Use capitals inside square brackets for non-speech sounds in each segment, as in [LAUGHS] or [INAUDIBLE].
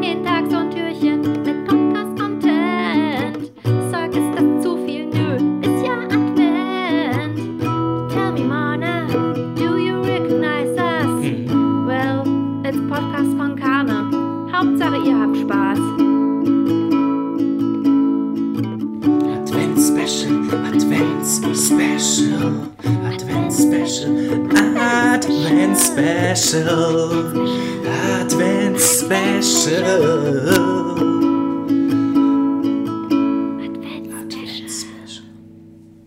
Jeden Tag so ein Türchen mit Podcast-Content. Sag, ist das zu viel? Nö, ist ja Advent. Tell me, Mona, do you recognize us? Well, it's Podcast von Karne. Hauptsache, ihr habt Spaß. Advent Special, Advent Special, Advent Special, Advent Special, Advent Special.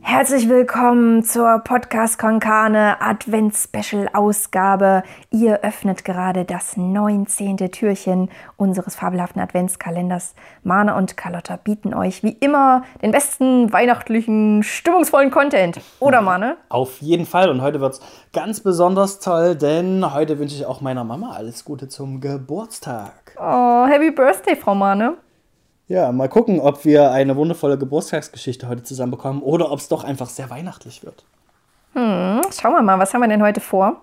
Herzlich willkommen zur Podcast Konkane Advent Special Ausgabe. Ihr öffnet gerade das 19. Türchen unseres fabelhaften Adventskalenders. Mane und Carlotta bieten euch wie immer den besten weihnachtlichen, stimmungsvollen Content. Oder Mane? Auf jeden Fall. Und heute wird's ganz besonders toll, denn heute wünsche ich auch meiner Mama alles Gute zum Geburtstag. Oh, Happy Birthday, Frau Mane. Ja, mal gucken, ob wir eine wundervolle Geburtstagsgeschichte heute zusammen bekommen oder ob es doch einfach sehr weihnachtlich wird. Hm, Schauen wir mal, was haben wir denn heute vor?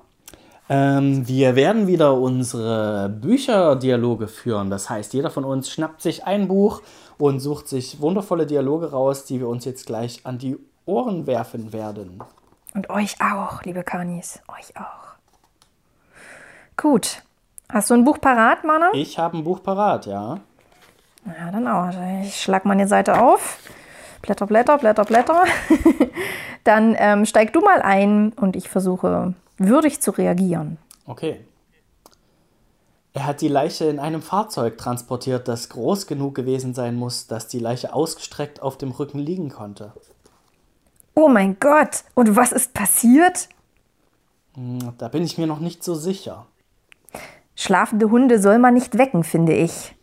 Ähm, wir werden wieder unsere Bücherdialoge führen. Das heißt, jeder von uns schnappt sich ein Buch und sucht sich wundervolle Dialoge raus, die wir uns jetzt gleich an die Ohren werfen werden. Und euch auch, liebe Kanis. Euch auch. Gut. Hast du ein Buch parat, Mane? Ich habe ein Buch parat, ja. Ja, dann auch. Also Ich schlag mal eine Seite auf. Blätter, Blätter, Blätter, Blätter. [LAUGHS] dann ähm, steig du mal ein und ich versuche würdig zu reagieren. Okay. Er hat die Leiche in einem Fahrzeug transportiert, das groß genug gewesen sein muss, dass die Leiche ausgestreckt auf dem Rücken liegen konnte. Oh mein Gott! Und was ist passiert? Hm, Da bin ich mir noch nicht so sicher. Schlafende Hunde soll man nicht wecken, finde ich.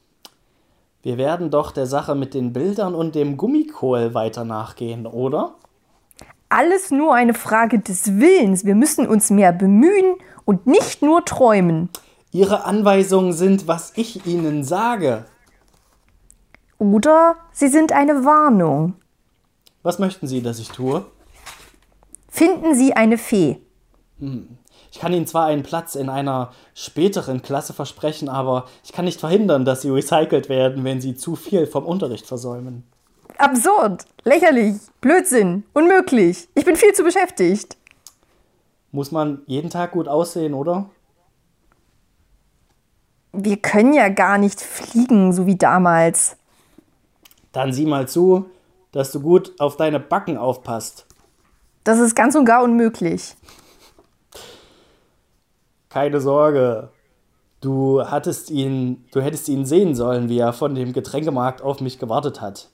Wir werden doch der Sache mit den Bildern und dem Gummikohl weiter nachgehen, oder? Alles nur eine Frage des Willens. Wir müssen uns mehr bemühen und nicht nur träumen. Ihre Anweisungen sind, was ich Ihnen sage. Oder sie sind eine Warnung. Was möchten Sie, dass ich tue? Finden Sie eine Fee. Ich kann Ihnen zwar einen Platz in einer späteren Klasse versprechen, aber ich kann nicht verhindern, dass Sie recycelt werden, wenn Sie zu viel vom Unterricht versäumen. Absurd, lächerlich, Blödsinn, unmöglich. Ich bin viel zu beschäftigt. Muss man jeden Tag gut aussehen, oder? Wir können ja gar nicht fliegen, so wie damals. Dann sieh mal zu, dass du gut auf deine Backen aufpasst. Das ist ganz und gar unmöglich. Keine Sorge. Du hattest ihn, du hättest ihn sehen sollen, wie er von dem Getränkemarkt auf mich gewartet hat.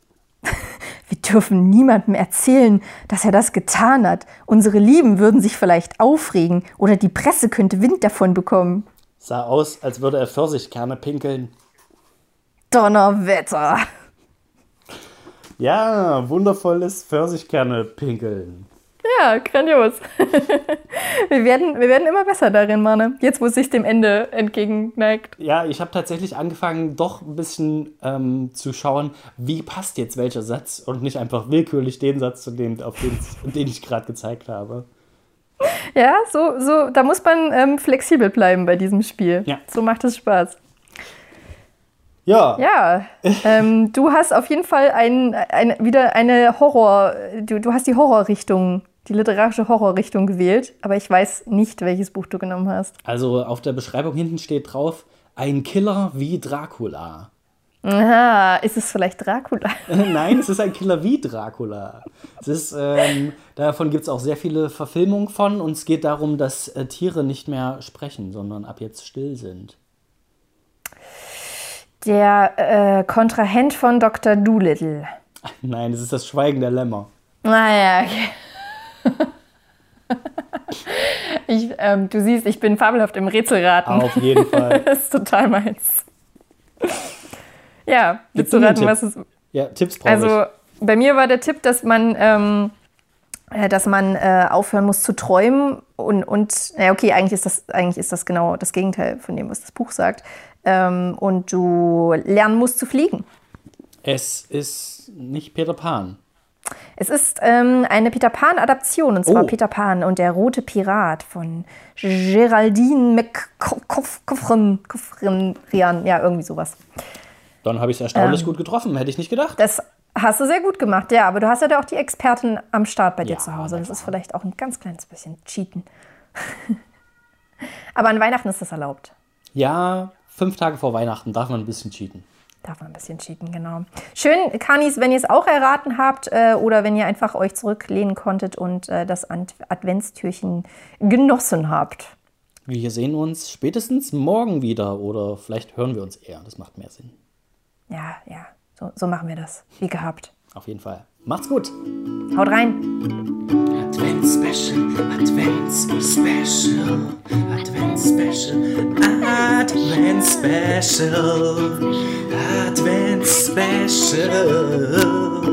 Wir dürfen niemandem erzählen, dass er das getan hat. Unsere Lieben würden sich vielleicht aufregen oder die Presse könnte Wind davon bekommen. Sah aus, als würde er Pfirsichkerne pinkeln. Donnerwetter. Ja, wundervolles Pfirsichkerne pinkeln. Ja, grandios. [LAUGHS] wir, werden, wir werden immer besser darin, Mane. Jetzt, wo es sich dem Ende entgegenneigt. Ja, ich habe tatsächlich angefangen, doch ein bisschen ähm, zu schauen, wie passt jetzt welcher Satz und nicht einfach willkürlich den Satz zu nehmen, auf den, [LAUGHS] den ich gerade gezeigt habe. Ja, so, so, da muss man ähm, flexibel bleiben bei diesem Spiel. Ja. So macht es Spaß. Ja, Ja, ähm, du hast auf jeden Fall ein, ein, wieder eine Horror, du, du hast die Horrorrichtung, die literarische Horrorrichtung gewählt, aber ich weiß nicht, welches Buch du genommen hast. also auf der Beschreibung hinten steht drauf, ein Killer wie Dracula. [LAUGHS] Aha, ist es vielleicht Dracula? Nein, es ist ein Killer wie Dracula. Es ist, ähm, davon gibt es auch sehr viele Verfilmungen von und es geht darum, dass äh, Tiere nicht mehr sprechen, sondern ab jetzt still sind. Der äh, Kontrahent von Dr. Doolittle. Nein, es ist das Schweigen der Lämmer. Naja, okay. [LAUGHS] ich, ähm, du siehst, ich bin fabelhaft im Rätselraten. Ah, Auf jeden Fall. Das ist total meins. Ja, willst du du mir raten, einen was es Ja, Tipps brauche Also bei mir war der Tipp, dass man ähm, äh, dass man äh, aufhören muss zu träumen und, und naja, okay, eigentlich ist, das, eigentlich ist das genau das Gegenteil von dem, was das Buch sagt. Ähm, und du lernen musst zu fliegen. Es ist nicht Peter Pan. Es ist ähm, eine Peter Pan-Adaption, und zwar Oh. Peter Pan und der rote Pirat von Geraldine McCoffrin. Ja, irgendwie sowas. Dann habe ich es erstaunlich gut getroffen, hätte ich nicht gedacht. Das hast du sehr gut gemacht, ja, aber du hast ja da auch die Experten am Start bei dir Ja, zu Hause. na Das ist vielleicht auch ein ganz kleines bisschen Cheaten. [LAUGHS] aber an Weihnachten ist das erlaubt. Ja, fünf Tage vor Weihnachten darf man ein bisschen cheaten. Darf man ein bisschen cheaten, genau. Schön, Kanis, wenn ihr es auch erraten habt äh, oder wenn ihr einfach euch zurücklehnen konntet und äh, das Ant Adventstürchen genossen habt. Wir sehen uns spätestens morgen wieder oder vielleicht hören wir uns eher. Das macht mehr Sinn. Ja, ja, so, so machen wir das, wie gehabt. Auf jeden Fall. Macht's gut. Haut rein! Advent Special, Advent Special, Advent Special, Advent Special, Advent Special.